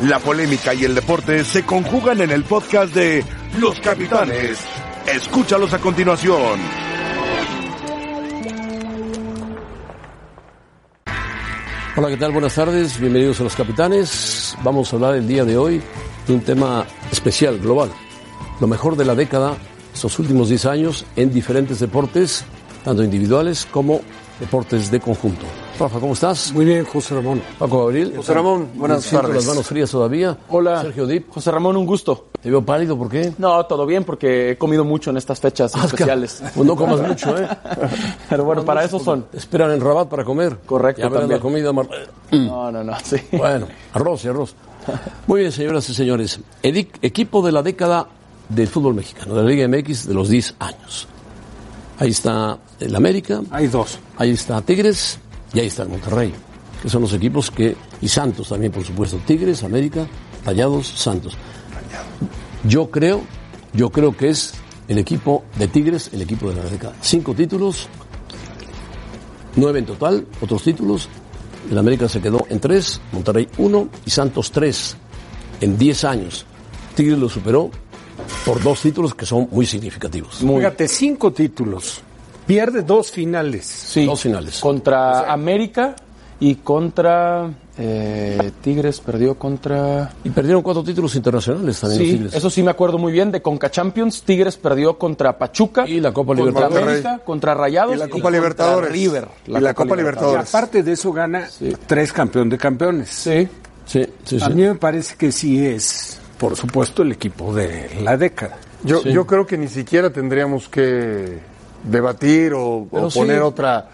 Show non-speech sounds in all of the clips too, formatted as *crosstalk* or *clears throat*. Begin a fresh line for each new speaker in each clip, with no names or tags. La polémica y el deporte se conjugan en el podcast de Los Capitanes. Escúchalos a continuación.
Hola, ¿qué tal? Buenas tardes, bienvenidos a Los Capitanes. Vamos a hablar el día de hoy de un tema especial, global. Lo mejor de la década, estos últimos 10 años, en diferentes deportes, tanto individuales como deportes de conjunto. Rafa, ¿cómo estás?
Muy bien, José Ramón.
Paco Gabriel.
José Ramón, buenas
Siento
tardes.
las manos frías todavía.
Hola.
Sergio Dip.
José Ramón, un gusto.
Te veo pálido, ¿por qué?
No, todo bien porque he comido mucho en estas fechas *laughs* especiales.
*laughs* Pues no comas mucho, ¿eh?
Ah, Pero bueno, para eso son.
Esperan en Rabat para comer.
Correcto,
Ya verán la
también.
comida. mar-
Mm. No, no, no, sí.
Bueno, arroz y arroz. Muy bien, señoras y señores. Edi- equipo de la década del fútbol mexicano, de la Liga MX de los 10 años. Ahí está el América,
Hay dos.
ahí está Tigres y ahí está el Monterrey, que son los equipos que, y Santos también, por supuesto, Tigres, América, Rayados, Santos. Yo creo, yo creo que es el equipo de Tigres, el equipo de la década. Cinco títulos, nueve en total, otros títulos. El América se quedó en tres, Monterrey uno y Santos tres en diez años. Tigres lo superó por dos títulos que son muy significativos.
Fíjate, cinco títulos. Pierde dos finales.
Sí.
Dos finales.
Contra América y contra eh, Tigres, perdió contra...
Y perdieron cuatro títulos internacionales también los
Sí,
Tigres.
eso sí me acuerdo muy bien, de Conca Champions, Tigres perdió contra Pachuca.
Y la Copa
contra
Libertadores.
América, contra Rayados.
Y la Copa
contra
Libertadores.
River.
Y la Copa
Y
Libertadores.
aparte de eso gana tres campeón de campeones.
Sí.
Sí, sí,
A
sí.
mí me parece que sí es, por supuesto, el equipo de la década.
Yo, yo creo que ni siquiera tendríamos que debatir o, o
Pero sí.
poner otra.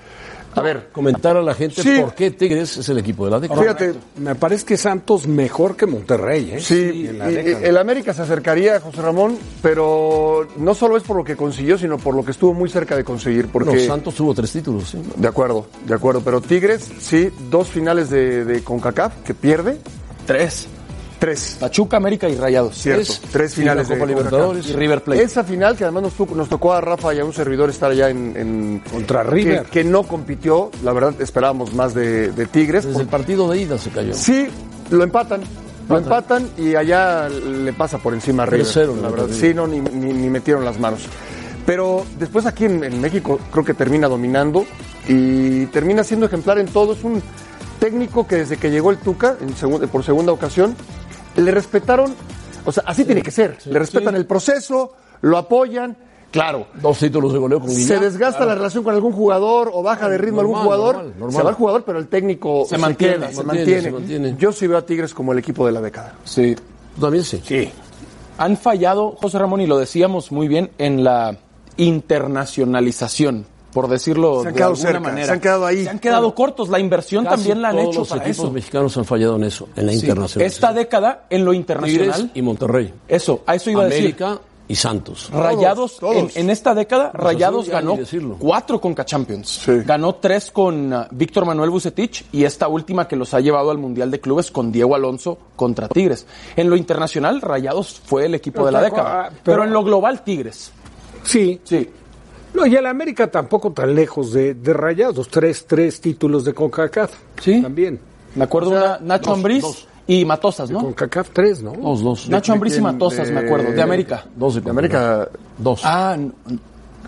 A ver,
Comentar a la gente
Sí.
por qué Tigres es el equipo de la década.
fíjate,
Me parece que Santos mejor que Monterrey, ¿eh?
sí,
en la
y- y-
década.
el América se acercaría a José Ramón, pero no solo es por lo que consiguió, sino por lo que estuvo muy cerca de conseguir.
Bueno,
Porque,
Santos tuvo tres títulos. ¿sí?
De acuerdo, de acuerdo, pero Tigres, sí, dos finales de, de CONCACAF que pierde,
Tres.
tres.
Pachuca, América y Rayados.
Cierto,
Tres.
tres,
Y
finales
la Copa
de CONCACAF.
Libertadores.
Y River Plate.
Esa final que además nos, tu- nos tocó a Rafa y a un servidor estar allá en... en-
Contra
que-
River.
Que, no compitió, la verdad esperábamos más de, de Tigres.
Desde el partido de ida se cayó.
Sí, lo empatan. Lo empatan y allá le pasa por encima a River.
Tercero,
la
¿no?
verdad. Sí, no, ni, ni- ni metieron las manos. Pero después aquí en, en México creo que termina dominando y termina siendo ejemplar en todo. Es un técnico que desde que llegó el Tuca, en segun- por segunda ocasión, le respetaron, o sea, así tiene que ser. le respetan el proceso, lo apoyan. Claro,
Dos títulos de goleo con
se
Guillermo.
desgasta la relación con algún jugador o baja de ritmo
Normal,
algún jugador.
normal, normal.
Se va el jugador, pero el técnico
Se mantiene,
queda,
se
se,
mantiene,
mantiene,
se mantiene.
Yo sí veo a Tigres como el equipo de la década.
Sí.
También sí.
han fallado, José Ramón, y lo decíamos muy bien, en la internacionalización, por decirlo
Se han
de
quedado
alguna
cerca,
manera.
se han quedado ahí.
Se han quedado cortos, la inversión
Casi
también la han
todos
hecho
los
para
equipos
eso.
mexicanos han fallado en eso, en la internacional.
Esta década, en lo
Tigres
internacional,
y Monterrey.
eso, a eso iba a decir.
América y Santos.
Rayados,
todos. Pues
en- En, esta década, Rayados
Azul ya ni
ganó
decirlo.
cuatro Conca Champions.
Sí.
Ganó tres con ah, Víctor Manuel Bucetich y esta última que los ha llevado al Mundial de Clubes con Diego Alonso contra Tigres. En lo internacional, Rayados fue el equipo
Pero
de la
tal
década.
cual, ah,
pero...
pero-
en lo global, Tigres.
Sí.
Sí.
No, y el América tampoco tan lejos de, de rayados. Tres, tres títulos de CONCACAF.
Sí.
También.
Me acuerdo una Nacho
dos,
Ambriz
dos.
y Matosas,
De
¿no?
CONCACAF tres, ¿no?
Dos, dos.
Nacho Ambriz y
quién?
Matosas, me
De-
acuerdo, de América.
Dos
De América,
Dos.
Ah, n-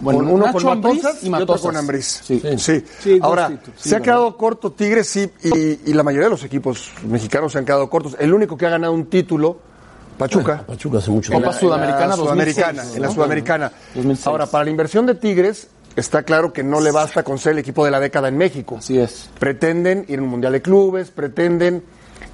bueno,
con- uno con
Ambriz
Matosas y, otro con Ambriz.
Sí.
Sí.
Sí, dos
Ahora,
títulos, sí,
se ha
la
quedado corto Tigres sí, y, y la mayoría de los equipos mexicanos se han quedado cortos. El único que ha ganado un título, Pachuca.
Pachuca hace mucho
Copa
tiempo.
Sud- Sudamericana
En la
2006,
Sudamericana,
¿no?
en la Sudamericana.
2006.
Ahora, para la inversión de Tigres, está claro que no le basta con ser el equipo de la década en México.
Así es.
pretenden ir a un mundial de clubes, pretenden,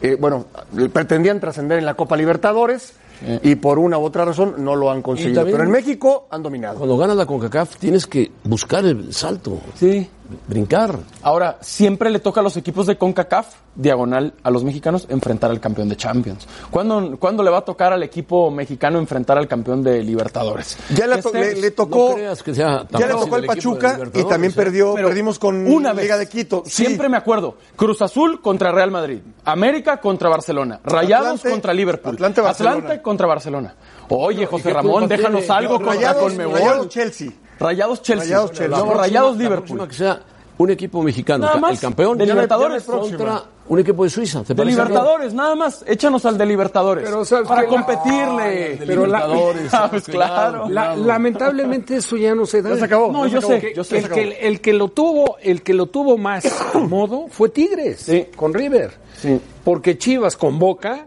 eh, bueno, pretendían trascender en la Copa Libertadores
Eh.
y por una u otra razón no lo han conseguido.
también-
Pero en México han dominado.
Cuando ganas la CONCACAF tienes que buscar el salto,
Sí.
brincar.
Ahora, siempre le toca a los equipos de CONCACAF, diagonal a los mexicanos, enfrentar al campeón de Champions. ¿Cuándo, cuándo le va a tocar al equipo mexicano enfrentar al campeón de Libertadores?
Ya le, to- le- le tocó,
No creas que sea tan
ya le
fácil
tocó el
equipo de
Pachuca y
Libertadores,
también
¿eh?
perdió,
Pero
perdimos con
una vez.
Liga de Quito. Sí.
Siempre me acuerdo. Cruz Azul contra Real Madrid. América contra Barcelona. Rayados
Atlante-
contra Liverpool.
Atlante, Barcelona.
Atlante contra Barcelona. Oye, José
qué
Ramón,
culpa
déjanos
tiene?
algo contra
Rayados,
Conmebol.
Rayados Chelsea.
Rayados Chelsea.
Rayados Chelsea.
Luego
La
Rayados
La próxima
Liverpool.
que sea un equipo mexicano,
Nada
ca-
más,
el campeón,
de Libertadores.
contra un equipo de Suiza. ¿te
De
parece bien?
Libertadores, nada más. Échanos al de Libertadores.
Pero, ¿sabes
para
qué?
competirle.
de Pero la-
Libertadores,
Ah, pues
cuidado,
claro.
La- lamentablemente eso ya no se da.
se acabó.
No,
ya se
yo
acabó.
sé,
¿Qué-
yo sé.
el, que, el que lo tuvo, el que lo tuvo más a modo fue Tigres
Sí.
con River.
Sí.
Porque Chivas con Boca,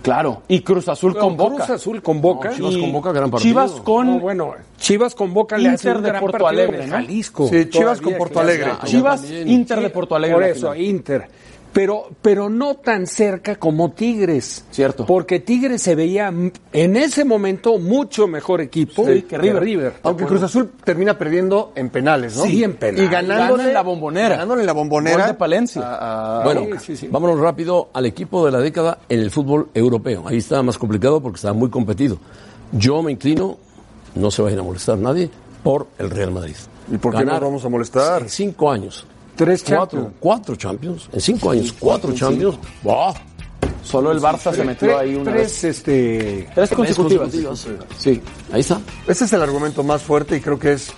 Claro. Y Cruz Azul con Boca.
Cruz Azul con Boca.
No, Chivas
Y
con Boca, gran partido.
Chivas con
No, bueno, Chivas con Boca le hace
Inter
un
de
gran
Porto
partido
Alegre,
en
¿no?
Jalisco.
Sí, Chivas con
Todavía
Porto
está-
Alegre.
Ah,
Chivas,
también.
Inter de Porto Alegre.
Por
la
eso,
final.
Inter. Pero, pero no tan cerca como Tigres.
Cierto.
Porque Tigres se veía m- en ese momento mucho mejor equipo
Sí, que River.
Aunque Cruz Azul termina perdiendo en penales, ¿no?
Sí, en penales.
Y ganándole
Gana en la Bombonera.
Ganándole en la bombonera.
Gol de Palencia.
a- a-
Bueno,
Sí, sí, sí.
vámonos rápido al equipo de la década en el fútbol europeo. Ahí estaba más complicado porque estaba muy competido. Yo me inclino, no se vayan a molestar nadie, por el Real Madrid.
¿Y por qué nos vamos a molestar?
En cinco años.
Tres
Cuatro, cuatro Champions. En cinco años, cuatro Champions. ¡Buah!
Solo el Barça se metió ahí una vez.
Tres, este...
Tres consecutivas.
consecutivas.
Sí.
Ahí está.
Ese es el argumento más fuerte y creo que es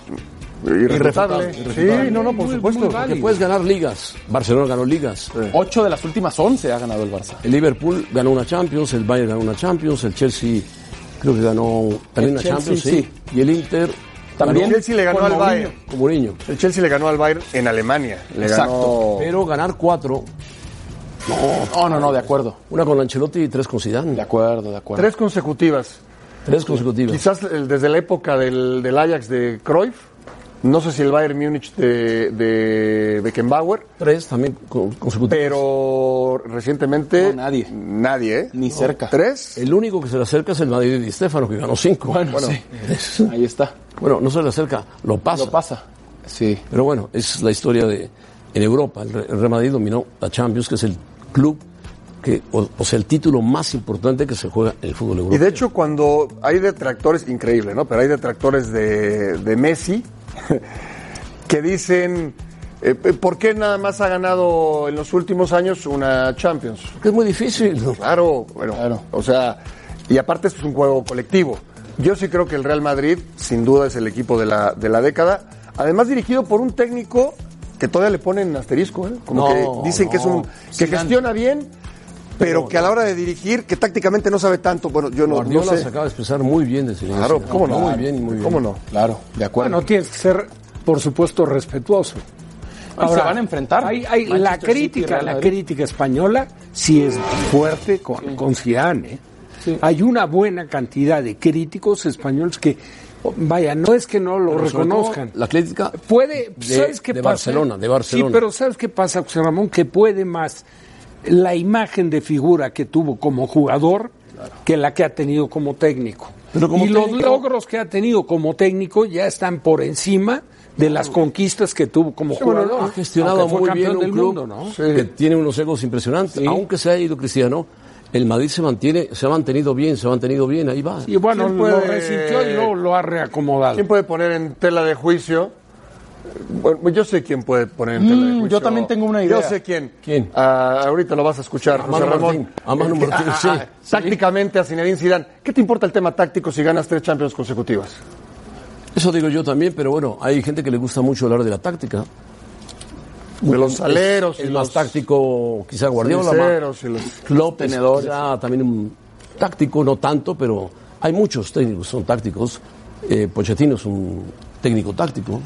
irrefutable.
Irrefutable.
Sí, no, no, por
Muy-
supuesto.
muy válido.
Que puedes ganar ligas. Barcelona ganó ligas.
Ocho de las últimas once ha ganado el Barça.
El Liverpool ganó una Champions, el Bayern ganó una Champions, el Chelsea creo que ganó también una
El Chelsea,
Champions, sí.
sí.
Y el Inter
El
También.
Chelsea le ganó
Con
al
Mourinho.
Bayern.
con Mourinho.
El Chelsea le ganó al Bayern en Alemania. Le
Exacto.
ganó-
Pero ganar cuatro,
No, no, no, de acuerdo.
una con Ancelotti y tres con
De
Zidane.
acuerdo, de acuerdo.
Tres consecutivas.
Tres consecutivas.
Quizás el- desde la época del, del Ajax de Cruyff. No sé si el Bayern Múnich de, de Beckenbauer.
Tres también con- consecutivas.
Pero recientemente.
No, nadie.
Nadie, ¿eh?
Ni cerca.
¿Tres?
El único que se le acerca es el Madrid de Stefano, que ganó cinco.
Bueno, sí. Ahí está.
*laughs* Bueno, no se le acerca, lo pasa.
Lo pasa. Sí.
Pero bueno, esa es la historia de en Europa. El Re- el Real Madrid dominó la Champions, que es el club, que, o, o sea, el título más importante que se juega en el fútbol
Y
europeo.
de hecho, cuando hay detractores, increíble, ¿no? Pero hay detractores de, de Messi *laughs* que dicen, eh, ¿por qué nada más ha ganado en los últimos años una Champions?
Porque es muy difícil. ¿no?
Claro, bueno,
Claro.
o sea, y aparte esto es un juego colectivo. Yo sí creo que el Real Madrid, sin duda, es el equipo de la, de la década. Además, dirigido por un técnico que todavía le ponen asterisco, ¿eh? Como
No,
que dicen que es un.
no.
que gestiona bien, pero que a la hora de dirigir, que tácticamente no sabe tanto. Bueno, yo no, no
Guardiola se
sé.
acaba de expresar muy bien de Zidane.
Claro, ¿cómo no?
Muy bien, muy bien.
¿Cómo no?
Claro, de acuerdo.
Bueno, tienes que ser, por supuesto, respetuoso.
Y se van a enfrentar.
Hay, hay la
Manchester City y
crítica,
Real
la
Madrid.
crítica española sí es fuerte con, con Zidane. ¿eh? Hay una buena cantidad de críticos españoles que, oh, vaya, no es que no lo
Pero sobre todo,
reconozcan.
La crítica
Puede,
de-
¿sabes qué
de
pasa?
Barcelona, de Barcelona.
Sí, pero ¿sabes qué pasa, José Ramón? Que puede más la imagen de figura que tuvo como jugador que la que ha tenido como técnico.
Pero como
y los
técnico-
logros que ha tenido como técnico ya están por encima de las conquistas que tuvo como
Bueno,
jugador.
ha gestionado
Aunque fue
muy bien
campeón
un
del
club
mundo, ¿no?
que tiene unos egos impresionantes. Aunque se haya ido Cristiano, el Madrid se mantiene, se ha mantenido bien, se ha mantenido bien, ahí va.
Y bueno,
¿Quién
lo
puede-
resintió y luego lo ha reacomodado.
¿Quién puede poner en tela de juicio? Bueno, yo sé quién puede poner en tela de
Mm,
juicio.
yo también tengo una
Yo
idea.
sé quién.
¿Quién?
Ah, ahorita lo vas a escuchar, José
Manu
Ramón. Ah,
Martín. A Manu Martín, sí.
Tácticamente a Zinedine Zidane. ¿Qué te importa el tema táctico si ganas tres Champions consecutivas?
Eso digo yo también, pero bueno, hay gente que le gusta mucho hablar de la táctica.
De los aleros y
El más
los
táctico, quizá Guardiola.
ceniceros y los...
Klopp tenedor, también un táctico, no tanto, pero hay muchos técnicos que son tácticos. Eh, Pochettino es un técnico táctico.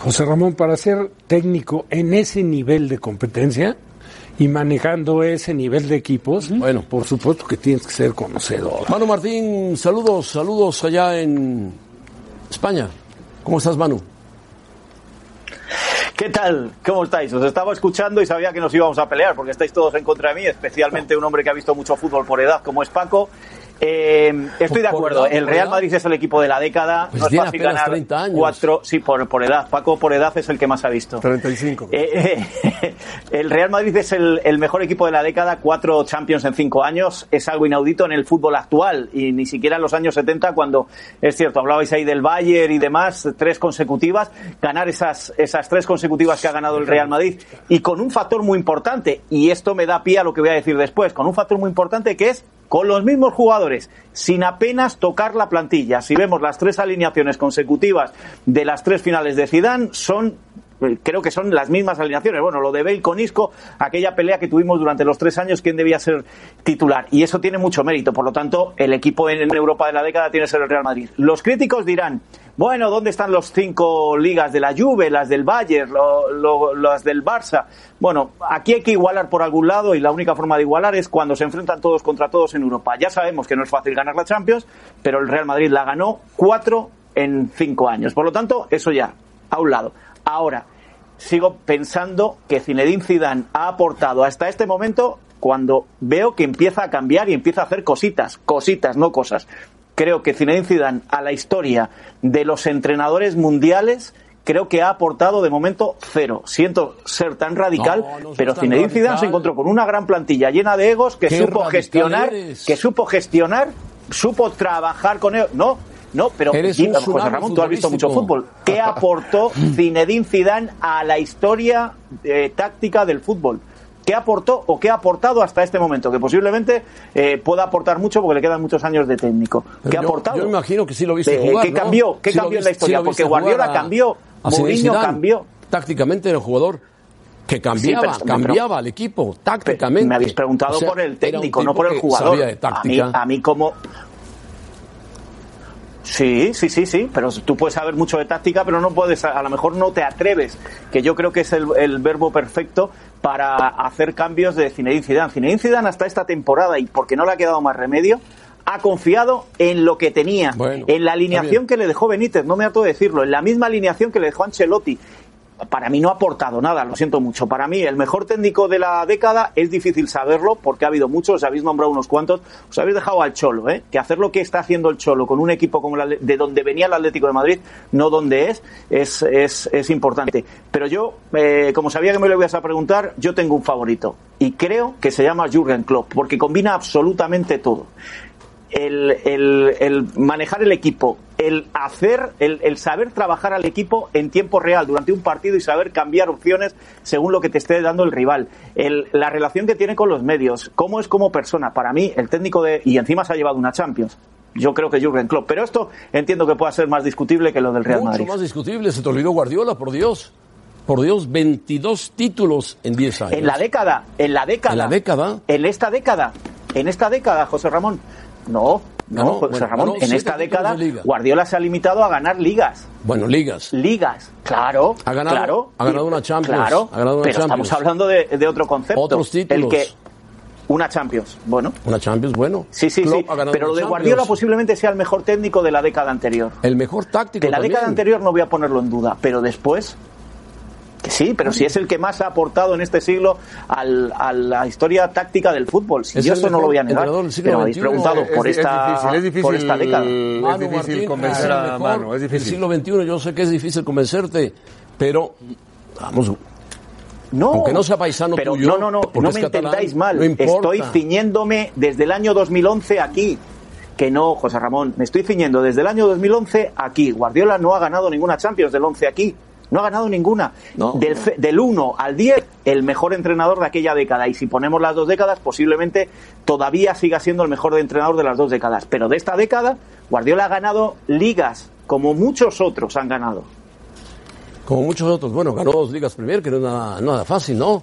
José Ramón, para ser técnico en ese nivel de competencia y manejando ese nivel de equipos,
Bueno.
por supuesto que tienes que ser conocedor.
Manu Martín, saludos, saludos allá en España. ¿Cómo estás, Manu?
¿Qué tal? ¿Cómo estáis? Os estaba escuchando y sabía que nos íbamos a pelear porque estáis todos en contra de mí, especialmente un hombre que ha visto mucho fútbol por edad como es Paco. Eh, estoy de
Por- por
acuerdo,
edad,
el
por
Real
edad.
Madrid es el equipo de la década,
Pues
no es
tiene
fácil
apenas
ganar
30 años.
cuatro, sí, por, por edad, Paco por edad es el que más ha visto.
35.
Eh, eh, *laughs* el Real Madrid es el, el mejor equipo de la década, cuatro Champions en cinco años, es algo inaudito en el fútbol actual y ni siquiera en los años 70 cuando, es cierto, hablabais ahí del Bayern y demás, tres consecutivas, ganar esas, esas tres consecutivas que ha ganado el Real Madrid y con un factor muy importante, y esto me da pie a lo que voy a decir después, con un factor muy importante que es con los mismos jugadores, sin apenas tocar la plantilla. Si vemos las tres alineaciones consecutivas de las tres finales de Zidane, son creo que son las mismas alineaciones. Bueno, lo de Bale con Isco, aquella pelea que tuvimos durante los tres años, quién debía ser titular. Y eso tiene mucho mérito. Por lo tanto, el equipo en Europa de la década tiene que ser el Real Madrid. Los críticos dirán, bueno, ¿dónde están los cinco ligas de la Juve, las del Bayern, lo- lo- las del Barça? Bueno, aquí hay que igualar por algún lado y la única forma de igualar es cuando se enfrentan todos contra todos en Europa. Ya sabemos que no es fácil ganar la Champions, pero el Real Madrid la ganó cuatro en cinco años. Por lo tanto, eso ya, a un lado. Ahora, sigo pensando que Zinedine Zidane ha aportado hasta este momento cuando veo que empieza a cambiar y empieza a hacer cositas, cositas, no cosas. Creo que Zinedine Zidane a la historia de los entrenadores mundiales creo que ha aportado de momento cero. Siento ser tan radical,
No, no seas
pero
tan
Zinedine Zidane se
radical.
encontró con una gran plantilla llena de egos que
Qué
supo
radical
gestionar,
eres.
que supo gestionar, supo trabajar con ellos. No, no, pero
Eres
Jim-
un
José
tsunami
Ramón, tú has visto mucho
futbolístico. *laughs*
fútbol. ¿Qué aportó Zinedine Zidane a la historia eh, táctica del fútbol? ¿Qué aportó o qué ha aportado hasta este momento? Que posiblemente eh, pueda aportar mucho porque le quedan muchos años de técnico.
Pero
¿Qué ha
yo-
aportado?
Yo imagino que sí lo viste
Eh,
jugar.
¿Qué
¿no?
cambió? ¿Qué
Sí lo
cambió en
viste-
la historia?
sí lo
porque
viste jugar
Guardiola
a-
cambió,
a Zinedine
Mourinho
Zidane.
cambió.
Tácticamente era un jugador que
Sí,
cambiaba,
pero- pero-
cambiaba al equipo, tácticamente.
Me habéis preguntado
O sea,
por el
era un
técnico, no
tipo
por el
que
jugador.
Sabía de
a, mí,
táctica.
a mí como... Sí, sí, sí, sí, pero tú puedes saber mucho de táctica, pero no puedes, a lo mejor no te atreves, que yo creo que es el, el verbo perfecto para hacer cambios de Zinedine Zidane. Zinedine Zidane hasta esta temporada, y porque no le ha quedado más remedio, ha confiado en lo que tenía,
Bueno,
en la
está bien.
alineación que le dejó Benítez, no me harto de decirlo, en la misma alineación que le dejó Ancelotti. Para mí no ha aportado nada, lo siento mucho. Para mí, el mejor técnico de la década es difícil saberlo porque ha habido muchos, os habéis nombrado unos cuantos, os habéis dejado al Cholo, ¿eh? que hacer lo que está haciendo el Cholo con un equipo como el Atle- de donde venía el Atlético de Madrid, no donde es, es, es, es importante. Pero yo, eh, como sabía que me lo ibas a preguntar, yo tengo un favorito y creo que se llama Jürgen Klopp porque combina absolutamente todo el, el- el manejar el equipo, el hacer, el, el saber trabajar al equipo en tiempo real durante un partido y saber cambiar opciones según lo que te esté dando el rival, El- la relación que tiene con los medios, cómo es como persona. Para mí, el técnico de y encima se ha llevado una Champions. Yo creo que Jurgen Klopp, pero esto entiendo que pueda ser más discutible que lo del Real
Mucho
Madrid.
más discutible. Se te olvidó Guardiola, por Dios. Por Dios, 22 títulos en 10 años.
En la década, en la década.
¿En la década?
En esta década. En esta década, José Ramón. No, no,
Ganó,
José
bueno,
Ramón.
ganó
en
siete
esta
títulos de
década,
liga.
Guardiola se ha limitado a ganar ligas.
Bueno, ligas.
Ligas, claro.
Ha ganado-
claro,
ha ganado
Y-
una Champions,
Claro,
ha ganado una
pero
Champions.
estamos hablando de, de otro concepto.
Otros títulos.
El que una Champions, bueno.
Una Champions, bueno.
Sí, sí,
Klopp
sí.
ha ganado
Pero lo
una
de Guardiola
Champions.
posiblemente sea el mejor técnico de la década anterior.
El mejor táctico
De la
también.
década anterior no voy a ponerlo en duda, pero después. Que sí, pero si es el que más ha aportado en este siglo al- a la historia táctica del fútbol. Si
Es
yo
el
eso no
mejor
lo voy a negar.
entrenador del siglo
Pero habéis
XXI.
preguntado
Es-
por,
es
esta,
difícil, es difícil,
por esta década.
Es
Mano,
difícil
Martín,
convencer
es el
a
mejor
Mano, es
del
difícil.
siglo XXI yo sé que es difícil convencerte, pero vamos,
No,
Aunque no sea paisano
pero
tuyo,
No, no, no,
porque
no
es
me
catalán,
entendáis mal.
no importa.
estoy ciñéndome desde el año 2011 aquí. Que no, José Ramón, me estoy ciñendo desde el año 2011 aquí. Guardiola no ha ganado ninguna Champions del 11 aquí. No ha ganado ninguna.
No.
del, ce- del 1 al 10, el mejor entrenador de aquella década. Y si ponemos las dos décadas, posiblemente todavía siga siendo el mejor entrenador de las dos décadas. Pero de esta década, Guardiola ha ganado ligas, como muchos otros han ganado.
como muchos otros, bueno, ganó dos ligas Premier, que no es nada, nada fácil, ¿no?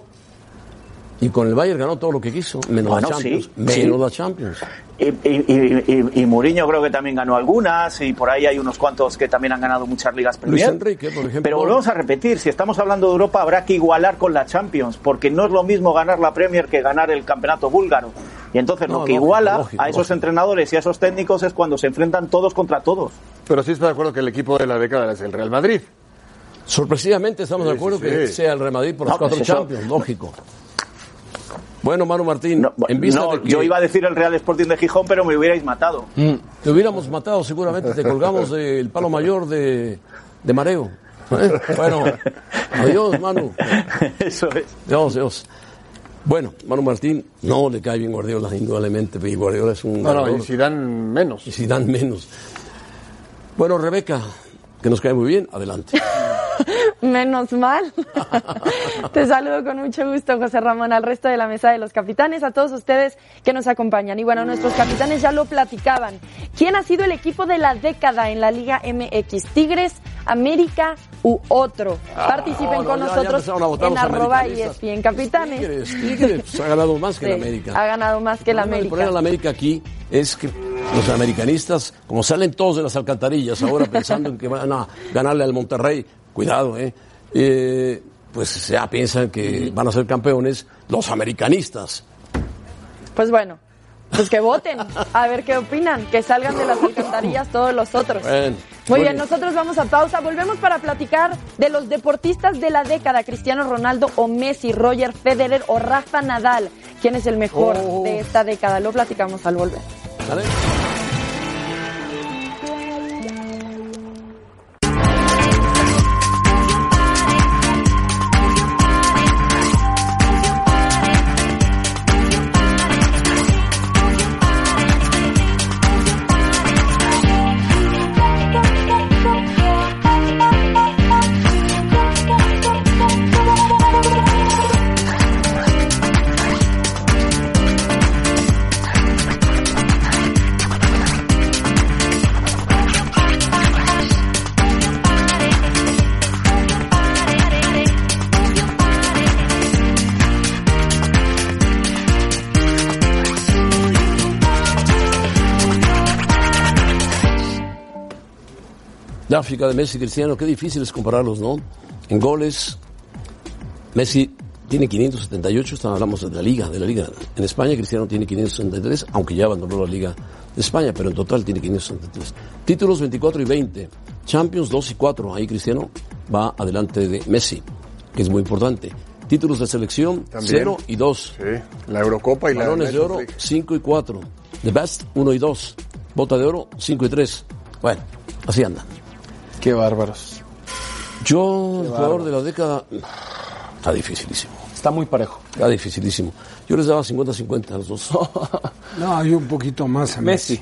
Y con el Bayern ganó todo lo que quiso, menos
Bueno,
la Champions,
sí,
menos
sí.
la Champions.
Y, y, y- y- y Mourinho creo que también ganó algunas y por ahí hay unos cuantos que también han ganado muchas ligas Premier.
Luis Enrique, por ejemplo.
Pero volvemos a repetir, si estamos hablando de Europa habrá que igualar con la Champions, porque no es lo mismo ganar la Premier que ganar el campeonato búlgaro. Y entonces
No,
lo que
lógico,
iguala
lógico,
a esos
lógico.
entrenadores y a esos técnicos es cuando se enfrentan todos contra todos.
Pero sí estoy de acuerdo que el equipo de la década es el Real Madrid.
Sorpresivamente estamos de
Sí,
acuerdo
sí,
que
sí.
sea el Real Madrid por las
No,
cuatro
pues eso-
Champions, lógico. Bueno, Manu Martín,
No,
en vista
no,
de que Mm,
Yo iba a decir el Real Sporting de Gijón, pero me hubierais matado.
te hubiéramos matado seguramente, te colgamos del palo mayor de, de mareo. ¿eh? Bueno, adiós, Manu.
*laughs* Eso es.
Dios, Dios. Bueno, Manu Martín no le cae bien Guardiola, indudablemente, pero Guardiola es un
No, no,
ganador.
y dan menos.
y si dan menos. Bueno, Rebeca, que nos cae muy bien, adelante. *laughs*
Menos mal. Te saludo con mucho gusto, José Ramón, al resto de la mesa de los capitanes, a todos ustedes que nos acompañan. Y bueno, nuestros capitanes ya lo platicaban. ¿Quién ha sido el equipo de la década en la Liga MX? Tigres América u otro. Participen
Ah, no,
con
ya- ya
nosotros
empezaron a votar
en
los
arroba
americanistas.
ESPN Capitanes.
Tigres, Tigres pues, ha ganado más que el
*laughs* Sí,
América.
Ha ganado más *laughs* que el
problema- El problema de
América.
la América aquí es que los americanistas, como salen todos de las alcantarillas ahora pensando en que van a ganarle al Monterrey, cuidado, ¿eh? Eh, pues ya piensan que van a ser campeones los americanistas.
Pues bueno, pues que voten, a ver qué opinan, que salgan de las alcantarillas todos los otros.
Bueno,
Muy
bueno.
bien, nosotros vamos a pausa, volvemos para platicar de los deportistas de la década, Cristiano Ronaldo o Messi, Roger Federer o Rafa Nadal, quién es el mejor
Oh.
de esta década, lo platicamos al volver.
¿Sale? La África de Messi y Cristiano, qué difícil es compararlos, ¿no? En goles, Messi tiene 578, estamos hablamos de la liga, de la liga. En España Cristiano tiene 563, aunque ya abandonó la liga de España, pero en total tiene 563. Títulos 24 y 20, Champions 2 y 4, ahí Cristiano va adelante de Messi, que es muy importante. Títulos de selección
También.
0 y 2.
Sí, la Eurocopa y la
Balones de
Nations
oro
League.
5 y 4. The Best 1 y 2. Bota de oro 5 y 3. Bueno, así anda.
Qué bárbaros.
Yo, el jugador de la década, está dificilísimo.
Está muy parejo.
Está dificilísimo. Yo les daba 50-50 a los dos.
No, yo un poquito más a
Messi.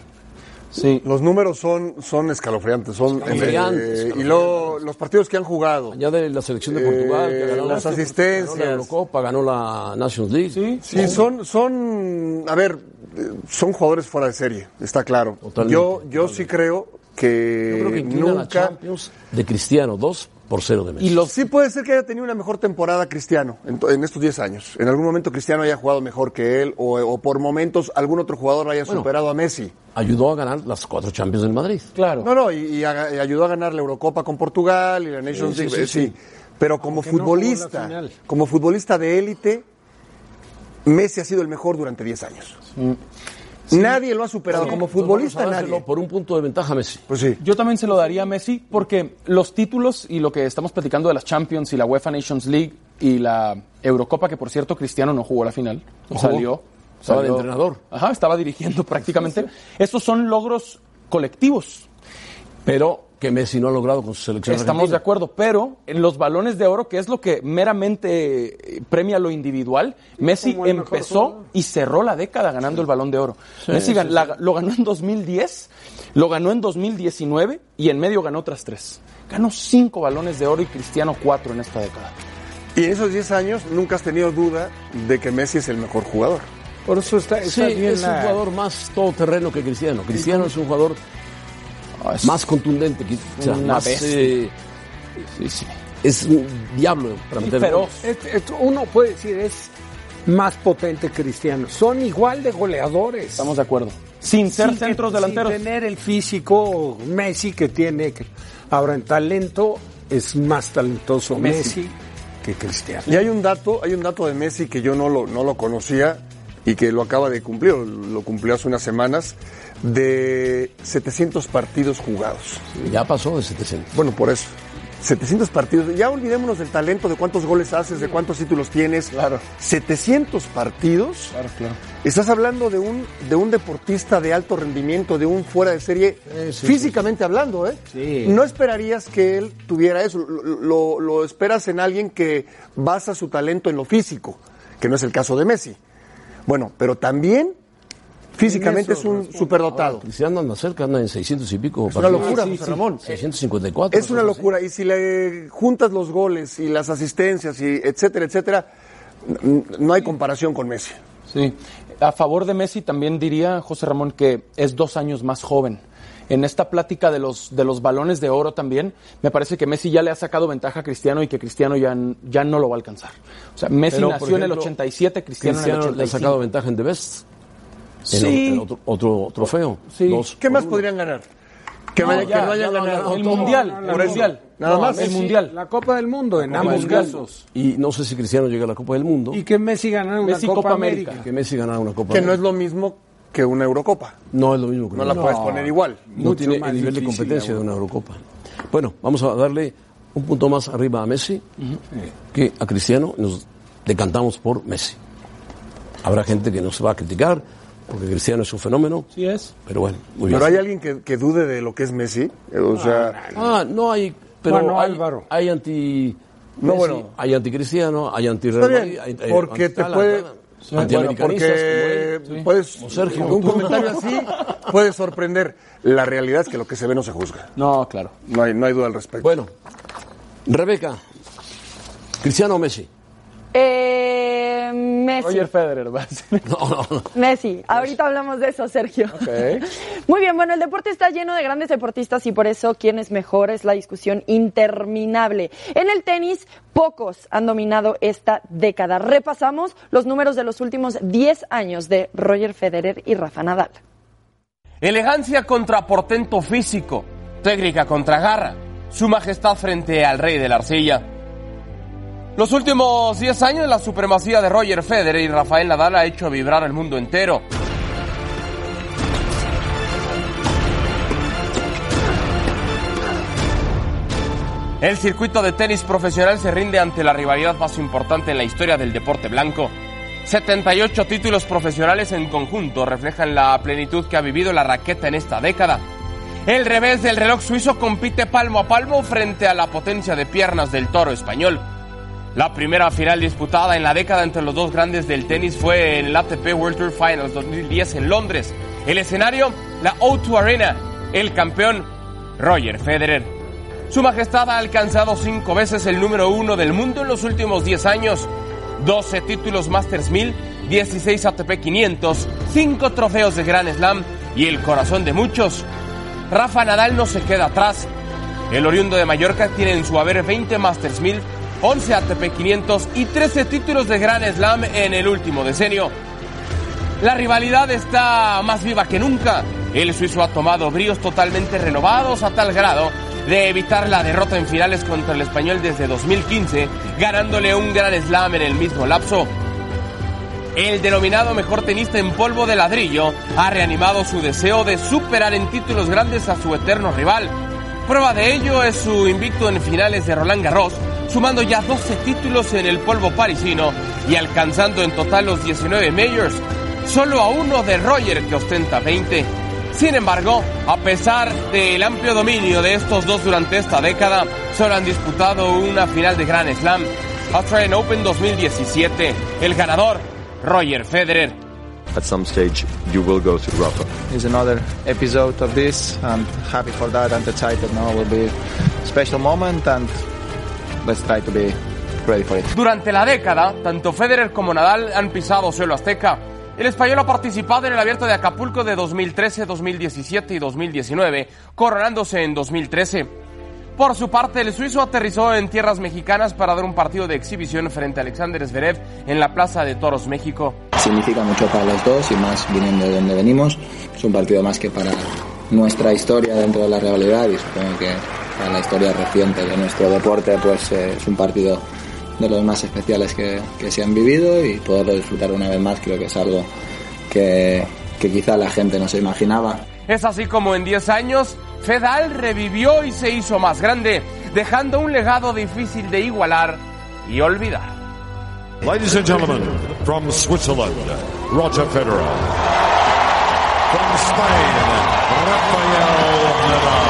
Sí.
Los números son, son escalofriantes, son
Escalofriantes,
eh, y
escalofriantes.
luego los partidos que han jugado.
Añade la selección de Portugal, que
Eh,
ganó
las
ganó
asistencias.
la Eurocopa, ganó la Nations League.
Sí.
Sí, son, son, a ver, eh, son jugadores fuera de serie, está claro.
Totalmente,
yo, yo sí creo que,
Yo creo que inclina la
nunca.
Champions de Cristiano 2 por 0 de Messi.
Y los, sí puede ser que haya tenido una mejor temporada Cristiano en, to- en estos 10 años. En algún momento Cristiano haya jugado mejor que él o, o por momentos algún otro jugador haya superado a Messi.
Ayudó a ganar las cuatro Champions del Madrid.
Claro.
No, no, y, y a- y ayudó a ganar la Eurocopa con Portugal y la Nations
Sí, sí,
League.
sí,
eh, sí. Pero como
no jugó la
futbolista,
final.
como futbolista de élite, Messi ha sido el mejor durante 10 años. Nadie lo ha superado. como futbolista,
Vamos a dárselo
nadie.
Por un punto de ventaja, Messi.
Pues sí.
Yo también se lo daría a Messi porque los títulos y lo que estamos platicando de las Champions y la UEFA Nations League y la Eurocopa, que por cierto Cristiano no jugó la final,
No jugó.
salió.
Estaba de
salió-
entrenador.
Ajá, estaba dirigiendo *laughs* prácticamente. Esos son logros colectivos.
Pero que Messi no ha logrado con su selección.
Estamos de
argentina.
acuerdo, pero en los balones de oro, que es lo que meramente eh, premia lo individual, Messi
como el mejor
empezó
jugador.
y cerró la década ganando el balón de oro. Messi gan- la- lo ganó en 2010, lo ganó en 2019 y en medio ganó otras tres. Ganó cinco balones de oro y Cristiano cuatro en esta década.
Y en esos 10 años nunca has tenido duda de que Messi es el mejor jugador.
Messi. Por eso está,
Sí,
está bien
es un
la-
jugador más todoterreno que Cristiano. Cristiano es un jugador más contundente, que- o sea,
Ah, Una
más,
bestia.
eh,
Sí, sí.
es un diablo para meter
feroz.
goles.
Es- es- uno puede decir es más potente Cristiano. Son igual de goleadores.
Estamos de acuerdo. Sin ser
Sin que-
centros delanteros.
Sin tener el físico Messi que tiene. que- Ahora en talento es más talentoso
Messi.
Messi, que Cristiano.
Y hay un dato, hay un dato de Messi que yo no lo, no lo conocía y que lo acaba de cumplir, o lo cumplió hace unas semanas, de 700 partidos jugados.
Ya pasó de 700.
Bueno, por eso. 700 partidos. Ya olvidémonos del talento, de cuántos goles haces, de cuántos títulos tienes.
Claro.
700 partidos.
Claro, claro.
Estás hablando de un, de un deportista de alto rendimiento, de un fuera de serie, físicamente hablando, ¿eh?
Sí.
No esperarías que él tuviera eso. Lo, lo- lo esperas en alguien que basa su talento en lo físico, que no es el caso de Messi. Bueno, pero también físicamente es un superdotado.
Cristiano anda cerca, anda en 600 y pico. Es
una locura, José Ramón.
654.
Es una locura. Y si le juntas los goles y las asistencias y etcétera, etcétera, n- no hay comparación con Messi.
Sí. A favor de Messi también diría José Ramón que es dos años más joven. en esta plática de los, de los balones de oro también, me parece que Messi ya le ha sacado ventaja a Cristiano y que Cristiano ya, n- ya no lo va a alcanzar. O sea, Messi
Pero, por
nació en el
ejemplo,
87, Cristiano, en el
le ha
85.
sacado ventaja en The Best. En
Sí.
o- en otro, otro trofeo. Dos
¿Qué
por
más
uno.
podrían ganar? Que,
No,
vaya- que
ya,
no hayan
ya lo han
ganado.
ganado. El
todo.
Mundial, el
Por eso.
Mundial.
Nada
No,
más.
el Mundial.
La Copa del Mundo, en
Copa
ambos
del Mundial.
casos.
Y no sé si Cristiano llega a la Copa del Mundo.
Y que Messi ganara una
Messi,
Copa,
Copa
América.
América.
que Messi ganara una Copa.
Que no es
América.
lo mismo que una Eurocopa.
No es lo mismo que
No
una
la
Copa.
puedes poner igual.
No
Mucho
tiene
más
el nivel de
difícil,
competencia de
bueno.
una Eurocopa. Bueno, vamos a darle un punto más arriba a Messi que a Cristiano. Nos decantamos por Messi. Habrá gente que nos va a criticar porque Cristiano es un fenómeno.
Sí es.
Pero bueno, muy bien.
Pero hay alguien que, que dude de lo que es Messi. Eh, O sea,
Ah, no hay. Pero
Bueno,
hay,
Álvaro.
Hay anti.
No,
Messi,
bueno.
Hay anticristiano, hay anti
está bien. Porque te puede. Bueno,
Antiamericanistas.
porque
como él.
puedes,
Sergio.
un comentario así puede sorprender. La realidad es que lo que se ve no se juzga.
No, claro.
No hay, no hay duda al respecto.
Bueno, Rebeca, Cristiano o Messi.
Eh, Messi.
Roger Federer va a ser.
No, no, no.
Messi, ahorita hablamos de eso, Sergio. *laughs* Muy bien, bueno, el deporte está lleno de grandes deportistas y por eso quién es mejor es la discusión interminable. En el tenis, pocos han dominado esta década. Repasamos los números de los últimos 10 años de Roger Federer y Rafa Nadal.
Elegancia contra portento físico, técnica contra garra, su majestad frente al rey de la arcilla. Los últimos 10 años la supremacía de Roger Federer y Rafael Nadal ha hecho vibrar al mundo entero. El circuito de tenis profesional se rinde ante la rivalidad más importante en la historia del deporte blanco. 78 títulos profesionales en conjunto reflejan la plenitud que ha vivido la raqueta en esta década. El revés del reloj suizo compite palmo a palmo frente a la potencia de piernas del toro español. La primera final disputada en la década entre los dos grandes del tenis fue en el ATP World Tour Finals 2010 en Londres. El escenario, la O2 Arena. El campeón, Roger Federer. Su Majestad ha alcanzado cinco veces el número uno del mundo en los últimos 10 años. 12 títulos Masters 1000, 16 ATP 500, 5 trofeos de Grand Slam y el corazón de muchos. Rafa Nadal no se queda atrás. El oriundo de Mallorca tiene en su haber 20 Masters 1000, 11 ATP 500 y 13 títulos de Grand Slam en el último decenio. La rivalidad está más viva que nunca. El suizo ha tomado bríos totalmente renovados a tal grado de evitar la derrota en finales contra el español desde 2015, ganándole un gran slam en el mismo lapso. El denominado mejor tenista en polvo de ladrillo ha reanimado su deseo de superar en títulos grandes a su eterno rival. Prueba de ello es su invicto en finales de Roland Garros, sumando ya 12 títulos en el polvo parisino y alcanzando en total los 19 majors, solo a uno de Roger que ostenta 20. Sin embargo, a pesar del amplio dominio de estos dos durante esta década, solo han disputado una final de Grand Slam, Australian Open 2017. El ganador, Roger Federer.
at some stage you will go through Rafa.
It's another episode of this. I'm happy for that and excited now. Will be a special moment and let's try to be ready for it.
Durante la década, tanto Federer como Nadal han pisado suelo azteca. El español ha participado en el abierto de Acapulco de 2013, 2017 y 2019, coronándose en 2013. Por su parte, el suizo aterrizó en tierras mexicanas para dar un partido de exhibición frente a Alexander Zverev en la Plaza de Toros, México.
Significa mucho para los dos y más viniendo de donde venimos. Es un partido más que para nuestra historia dentro de la rivalidad y supongo que para la historia reciente de nuestro deporte pues eh, es un partido de los más especiales que, que se han vivido y poderlo disfrutar una vez más creo que es algo que, que quizá la gente no se imaginaba.
Es así como en 10 años, Fedal revivió y se hizo más grande, dejando un legado difícil de igualar y olvidar.
Ladies and gentlemen, from Switzerland, Roger Federer. From Spain, Rafael Nadal.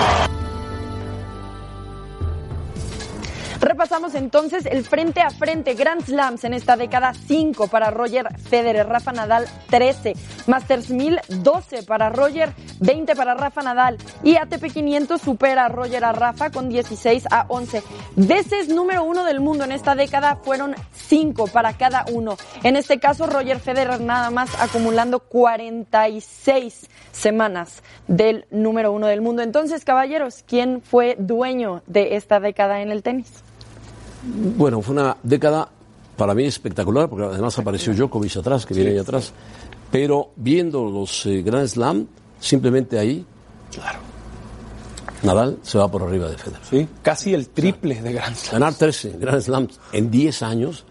repasamos entonces el frente a frente Grand Slams en esta década 5 para Roger Federer, Rafa Nadal 13, Masters 1000 12 para Roger, 20 para Rafa Nadal y ATP 500 supera a Roger a Rafa con 16 a 11. Veces número uno del mundo en esta década fueron 5 para cada uno. En este caso Roger Federer nada más acumulando 46 semanas del número uno del mundo. Entonces, caballeros, ¿quién fue dueño de esta década en el tenis?
*laughs* Bueno, fue una década para mí espectacular, porque además apareció Djokovic atrás, que viene ahí atrás. Pero viendo los eh, Grand Slam, simplemente ahí, claro. Nadal se va por arriba de Federer.
Sí, casi el triple de Grand Slam.
Ganar 13 Grand Slams en 10 años.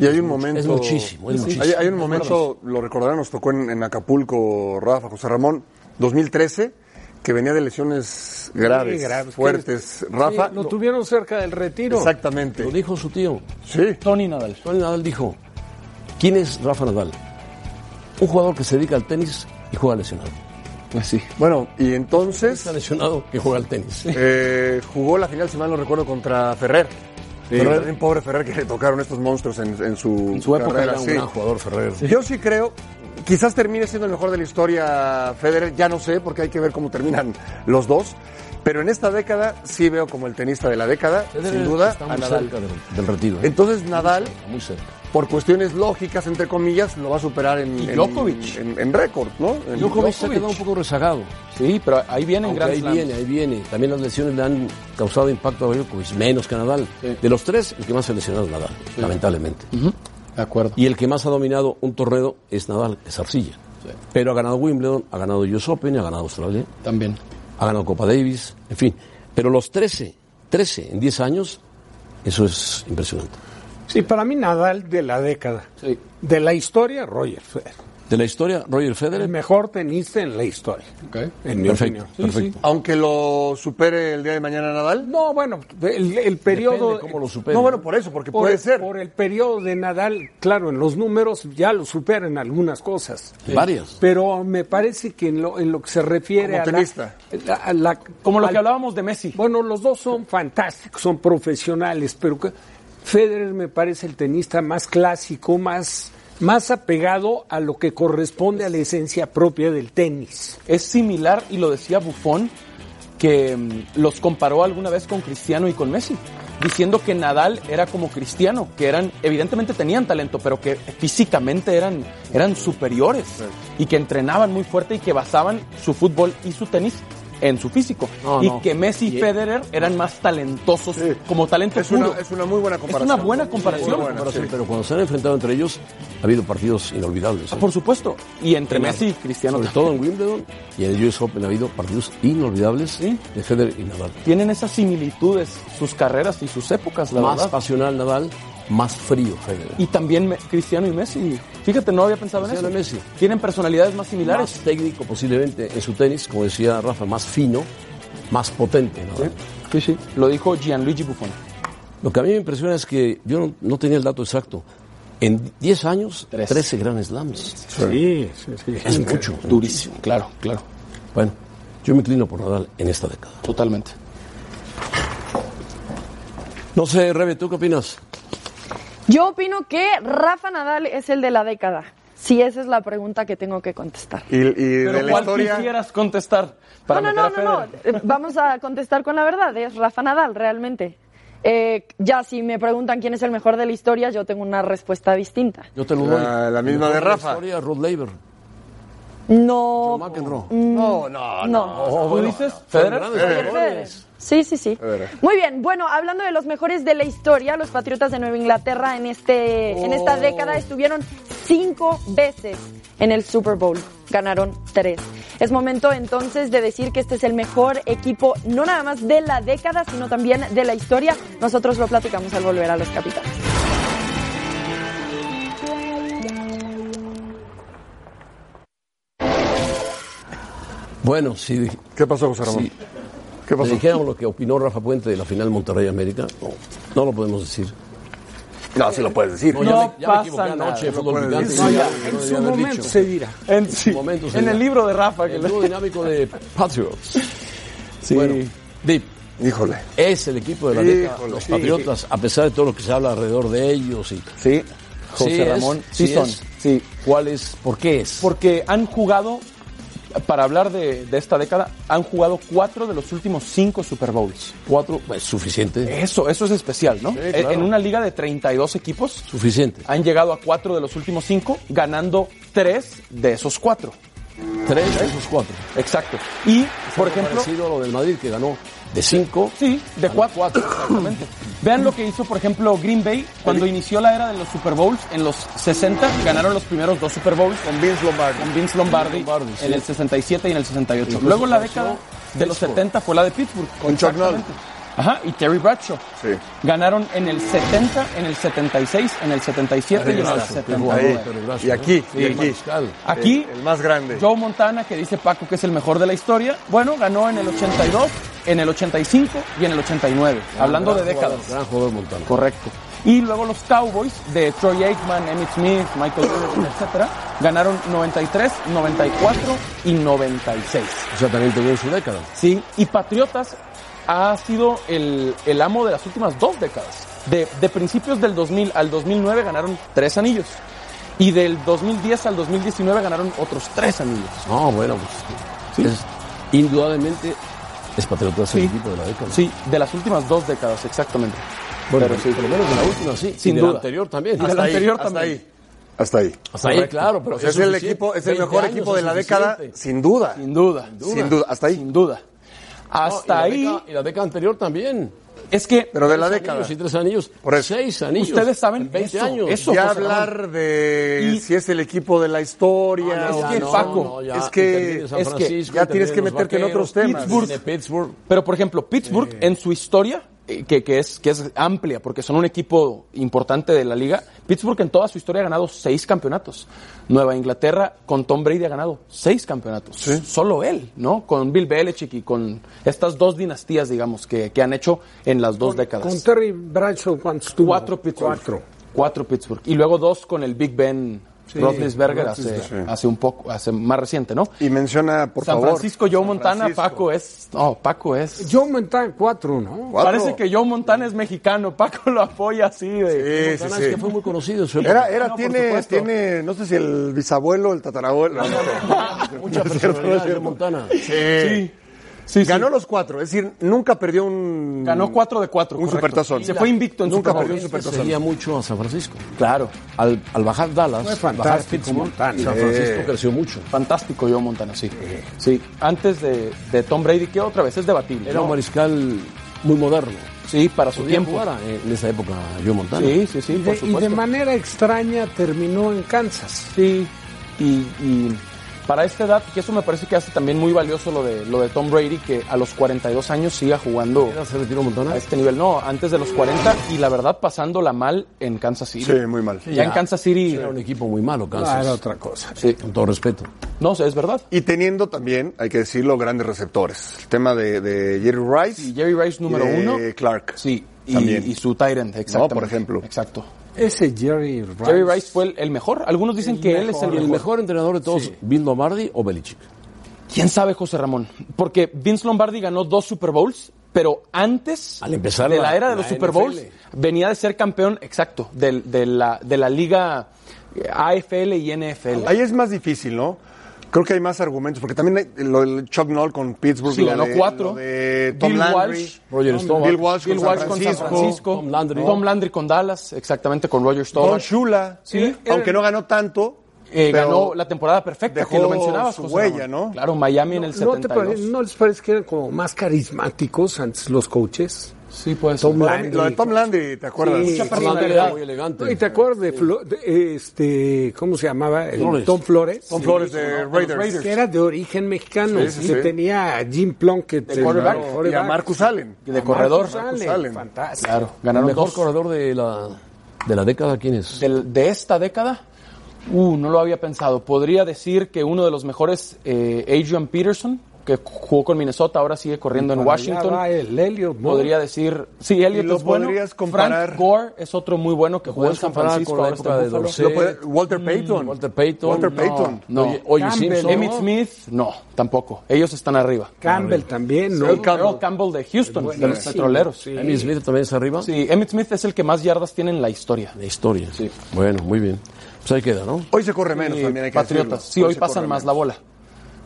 Y hay un momento.
Es muchísimo, es
Sí.
muchísimo.
Hay, hay un momento, lo recordarán, nos tocó en, en Acapulco, Rafa, José Ramón, 2013, que venía de lesiones graves,
Sí, graves.
fuertes. Rafa.
Sí, lo tuvieron cerca del retiro.
Exactamente.
Lo dijo su tío.
Sí.
Tony Nadal.
Tony Nadal dijo, ¿quién es Rafa Nadal? Un jugador que se dedica al tenis y juega lesionado.
Así.
Bueno, y entonces
Está lesionado que juega al tenis.
eh, jugó la final, si mal no recuerdo, contra Ferrer. Ferrer, también pobre Ferrer que le tocaron estos monstruos en, en su,
su época
carrera,
Era un
sí.
gran jugador Ferrer.
Yo sí creo, quizás termine siendo el mejor de la historia Federer, ya no sé, porque hay que ver cómo terminan los dos. Pero en esta década sí veo como el tenista de la década, sin duda,
está
a
muy
Nadal.
cerca del, del retiro. ¿eh?
Entonces Nadal,
Muy cerca.
por cuestiones lógicas, entre comillas, lo va a superar en,
Y
en-
Djokovic.
en, en récord, ¿no? En-
Djokovic se ha quedado un poco rezagado.
Sí, pero ahí viene en
Aunque
Grand
ahí
Slam.
viene, ahí viene. También las lesiones le han causado impacto a Djokovic, menos que a Nadal. De los tres, el que más se ha lesionado es Nadal, lamentablemente.
De acuerdo.
Y el que más ha dominado un torneo es Nadal, es Arcilla. Pero ha ganado Wimbledon, ha ganado US Open, ha ganado Australia,
También.
ha ganado Copa Davis, en fin. Pero los 13, 13 en 10 años, eso es impresionante.
Sí, para mí Nadal de la década.
Sí.
De la historia, Roger Federer.
De la historia, Roger
El
Federer,
mejor tenista en la historia. En mi
perfecto,
opinión.
perfecto.
Aunque lo supere el día de mañana Nadal.
No, bueno, el, el periodo...
Depende cómo lo supere.
No, bueno, por eso, porque
Por
puede
el-
ser.
Por el periodo de Nadal, claro, en los números ya lo superan algunas cosas.
Varias.
Pero me parece que en lo, en lo que se refiere
Como
a, la-
tenista.
la- a la-
Como lo
al-
que hablábamos de Messi.
Bueno, los dos son fantásticos, son profesionales, pero que- Federer me parece el tenista más clásico, más, más apegado a lo que corresponde a la esencia propia del tenis.
Es similar, y lo decía Buffon, que mm, los comparó alguna vez con Cristiano y con Messi, diciendo que Nadal era como Cristiano, que eran, evidentemente tenían talento, pero que físicamente eran, eran superiores y que entrenaban muy fuerte y que basaban su fútbol y su tenis en su físico.
No,
y
no.
que Messi y Federer eran más talentosos como talento
Es una,
puro.
es una muy buena comparación.
Es una buena comparación.
Muy buena,
Comparación,
sí.
Pero cuando se han enfrentado entre ellos, ha habido partidos inolvidables. ¿eh?
Por supuesto. Y entre Messi y Cristiano
Sobre todo en Wimbledon y en el US Open ha habido partidos inolvidables
Sí.
de Federer y Nadal.
tienen esas similitudes, sus carreras y sus épocas, la
más
verdad.
pasional Nadal, más frío Federer.
Y también me- Cristiano y Messi. Fíjate, no había pensado
Cristiano
en
y
eso.
Messi.
Tienen personalidades más
más
similares.
técnico posiblemente en su tenis, como decía Rafa, más fino, más potente. Nadal.
Sí, sí. Lo dijo Gianluigi Buffon.
Lo que a mí me impresiona es que yo no, no tenía el dato exacto. En 10 años, 13 Grand Slams.
Sí, sí, sí.
Es mucho.
Durísimo. Claro, claro.
Bueno, yo me inclino por Nadal en esta década.
Totalmente.
No sé, Rebe, ¿tú qué opinas?
Yo opino que Rafa Nadal es el de la década. Si esa es la pregunta que tengo que contestar.
Y, y de
Pero
la
¿cuál
historia.
quisieras contestar? Para
no, no,
meter
no,
a
no, no.
Federer?
Eh, Vamos a contestar con la verdad. Es Rafa Nadal, realmente. Eh, ya si me preguntan quién es el mejor de la historia, yo tengo una respuesta distinta.
Yo te lo doy.
La, la misma de Rafa.
historia, Rod Laver.
No.
McEnroe.
No,
Ah,
no,
No.
¿Tú dices Federer?
Grandes
Roger Federer. Sí, sí, sí. Muy bien, bueno, hablando de los mejores de la historia, los Patriotas de Nueva Inglaterra en, este, en esta década estuvieron cinco veces en el Super Bowl, ganaron tres. Es momento entonces de decir que este es el mejor equipo, no nada más de la década, sino también de la historia. Nosotros lo platicamos al volver a los capitales.
Bueno, si,
¿Qué pasó, José Ramón?
si
¿Qué pasó?
le dijéramos lo que opinó Rafa Puente de la final Monterrey-América, no, no lo podemos decir.
No, sí lo puedes decir.
ya
No
me- ya me
pasa
equivoqué
nada.
anoche de
No
fútbol
puedes
picante,
decir.
no,
No,
ya,
ya,
no
En
debía
su
haber
momento
dicho.
se dirá.
En, sí.
momento, sí.
en el libro de Rafa. que
El
le-
dúo dinámico de Patriots.
Sí.
Bueno, Deep,
Híjole.
Es el equipo de la década,
Híjole,
los
sí.
Patriotas, a pesar de todo lo que se habla alrededor de ellos. Y...
Sí,
José Ramón, sí son,
sí.
¿Cuál es? ¿Por qué es?
Porque han jugado, para hablar de, de esta década, han jugado cuatro de los últimos cinco Super Bowls.
Cuatro, es suficiente.
Eso, eso es especial, ¿no? E-
claro.
En una liga de 32 equipos,
Suficiente.
han llegado a cuatro de los últimos cinco, ganando tres de esos cuatro.
Tres de esos cuatro.
Exacto. Y, por ejemplo,
parecido a lo del Madrid que ganó de cinco.
Sí, de cuatro. exactamente. *clears throat* Vean lo que hizo, por ejemplo, Green Bay cuando inició la era de los Super Bowls en los 60. Ganaron los primeros dos Super Bowls con Vince Lombardi. Con Vince Lombardi,
Lombardi, sí.
en el 67 y en el 68.
Incluso
Luego la
pasó
década de los
Pittsburgh.
70 fue la de Pittsburgh.
Con Chuck Noll.
Exactamente. Ajá, y Terry Bradshaw.
Sí.
Ganaron en el 70, en el 76, en el 77 y en el
Ahí.
79.
Y aquí, y
el
aquí.
mariscal.
Aquí,
El más grande.
Joe Montana, que dice Paco que es el mejor de la historia, bueno, ganó en el 82, en el 85 y en el 89, hablando de
Gran jugador,
décadas.
Gran jugador Montano.
Correcto. Y luego los Cowboys de Troy Aikman, Emmitt Smith, Michael Irvin, etcétera, ganaron 93, 94 y 96.
O sea, también tuvo en su década.
Sí, y Patriotas ha sido el, el amo de las últimas dos décadas. De, de principios del 2000 al 2009 ganaron tres anillos. Y del 2010 al 2019 ganaron otros tres anillos.
No, bueno, pues. es- indudablemente es patriota el equipo de la década.
Sí, de las últimas dos décadas, exactamente.
Bueno,
pero sí.
por lo menos de la última, sí.
Sin
y de
duda.
la anterior también.
Y de la
ahí,
anterior
hasta
también.
ahí. Hasta ahí.
Hasta ahí, claro, pero
O sea, es el
suficiente.
equipo, es el
20
mejor
años
equipo de
es
la década,
suficiente.
sin duda.
Sin duda.
Sin duda, hasta ahí.
Sin duda.
No,
Hasta
y
ahí.
la década- y la década anterior también.
Es que
Pero de la
Tres
década.
anillos y tres anillos.
Por eso.
Seis anillos.
ustedes saben
en 20
eso,
años.
eso,
ya
José Ramón.
hablar de
Y-
si es el equipo de la historia.
es
o
que,
no,
Paco,
no,
Ah, ya
es que
interviene San
es que
Francisco,
ya tienes
interviene
que
los
meterte en
vaqueros,
otros temas.
Pittsburgh. Pittsburgh.
Pero, por ejemplo, Pittsburgh, en su historia, eh, que, que es, que es amplia, porque son un equipo importante de la liga, Pittsburgh en toda su historia ha ganado seis campeonatos. Nueva Inglaterra, con Tom Brady, ha ganado seis campeonatos. Solo él, ¿no? Con Bill Belichick y con estas dos dinastías, digamos, que, que han hecho en las dos décadas.
Con Terry Bradshaw, ¿cuántos tuvo?
Cuatro Pittsburgh.
Cuatro.
Cuatro Pittsburgh. Y luego dos con el Big Ben Roethlisberger hace, hace un poco, hace más reciente, ¿no?
Y menciona, por
San
favor.
Francisco, Joe Montana,
Francisco.
Paco es. No, Paco es.
Joe Montana, cuatro, ¿no?
Cuatro.
Parece que Joe Montana es mexicano. Paco lo apoya así de.
Sí, sí,
Montana
sí.
es que fue muy conocido en su época.
Era, era,
No, por
tiene,
supuesto.
tiene, no sé si el bisabuelo, el tatarabuelo. *laughs*
Mucha personalidad de Montana.
Sí.
Sí, sí.
Ganó los cuatro, es decir, nunca perdió un.
Ganó cuatro de cuatro.
Un
correcto.
supertazón.
Se fue invicto en
Nunca
Super Bowl.
perdió un
Este seguía mucho a San Francisco.
Claro.
Al, al bajar Dallas,
Fue
bajar
fantástico,
Pittsburgh,
Montana.
eh.
San Francisco creció mucho.
Fantástico Joe Montana, sí. Sí. Antes de, de Tom Brady, que otra vez es debatible.
Era
¿no?
un mariscal muy moderno.
Sí, para su
Podía
tiempo.
jugar a- en esa época Joe Montana.
Sí, sí, sí,
Y de,
por
y de
supuesto.
manera extraña terminó en Kansas.
Sí, y, y para esta edad, que eso me parece que hace también muy valioso lo de, lo de Tom Brady, que a los 42 años siga jugando
Era- se retiró Montana.
a este nivel. No, antes de los 40 y la verdad pasándola mal en Kansas City.
Sí, muy mal.
ya, en Kansas City.
Era un equipo muy malo, Kansas.
Ah, era otra cosa.
Sí.
Con todo respeto.
No, es verdad.
Y teniendo también, hay que decirlo, grandes receptores. El tema de, de Jerry Rice.
Y Jerry Rice número
y de
uno.
Clark.
Sí, y,
Eh, También.
y su Tyrant, exactamente.
ejemplo.
Exacto.
Ese Jerry Rice.
Jerry Rice fue el, el mejor. Algunos dicen que él es el
¿Y el
mejor.
mejor entrenador de todos, Bill Lombardi o Belichick?
¿Quién sabe, José Ramón? Porque Vince Lombardi ganó dos Super Bowls, pero antes
Al empezar
de
la-
la, era de
la
los Super Bowls
NFL.
venía de ser campeón, exacto, del- de, la, de la liga eh, AFL y NFL.
Ahí es más difícil, ¿no? Creo que hay más argumentos, porque también hay- lo del Chuck Noll con Pittsburgh.
Sí,
pues lo
ganó
de-
cuatro.
lo de Tom
Bill
Landry.
Walsh.
Roger Staubach.
Bill Walsh,
Bill
con,
Walsh
San
con San Francisco,
Tom Landry.
Tom Landry con Dallas, exactamente, con Roger
Don
Staubach.
Shula.
Sí.
Aunque no ganó tanto.
Eh,
pero
ganó la temporada perfecta, que
dejó
lo mencionabas,
su
José
huella,
Ramón.
¿no?
Claro, Miami en el
¿No, te
72.
pare- ¿No les parece que eran como más carismáticos antes los coaches?
Sí, puede ser.
Tom Landry.
Lo de Tom Landry, ¿te acuerdas?
Sí,
Mucha
sí,
personalidad.
Muy elegante.
No, ¿Y te acuerdas de, Flo- de, este, cómo se llamaba? El
Flores.
Tom Flores.
Tom Flores de Raiders.
Que era de origen mexicano.
Sí, sí,
que
sí.
tenía a Jim Plunkett. el
quarterback.
Y a Marcus Allen.
De corredor.
Marcus
Allen.
Allen. Fantástico.
Claro,
¿El
ganaron
mejor
dos.
corredor de la, de la década quién es?
del- de esta década, uh, no lo había pensado. Podría decir que uno de los mejores, eh, Adrian Peterson, que jugó con Minnesota, ahora sigue corriendo en
Para allá
Washington.
va el Elliot Moore.
Podría decir, sí, Elliot
Y lo
es bueno.
podrías comparar-
Frank Gore es otro muy bueno que jugó en
Puedes
San
comparar
Francisco.
con la
ahora está
época
en
de
Buffalo.
Dorsey,
Lo puede-
Mm,
Walter Payton.
Walter Payton.
Walter
No.
Payton.
No.
Oye, oye,
Campbell,
Simpson.
¿no?
Emmitt Smith, no, tampoco. Ellos están arriba.
Campbell también, ¿no?
Earl Campbell. de Houston, de los petroleros. Sí.
Emmitt Smith también está arriba.
Emmitt Smith es el que más yardas tiene en la historia.
La historia. Bueno, muy bien. Pues ahí queda, ¿no? O
Hoy se corre menos
Sí,
también, hay que
Patriotas.
decirlo.
Sí, hoy
se
pasan
corre
más la
menos.
bola.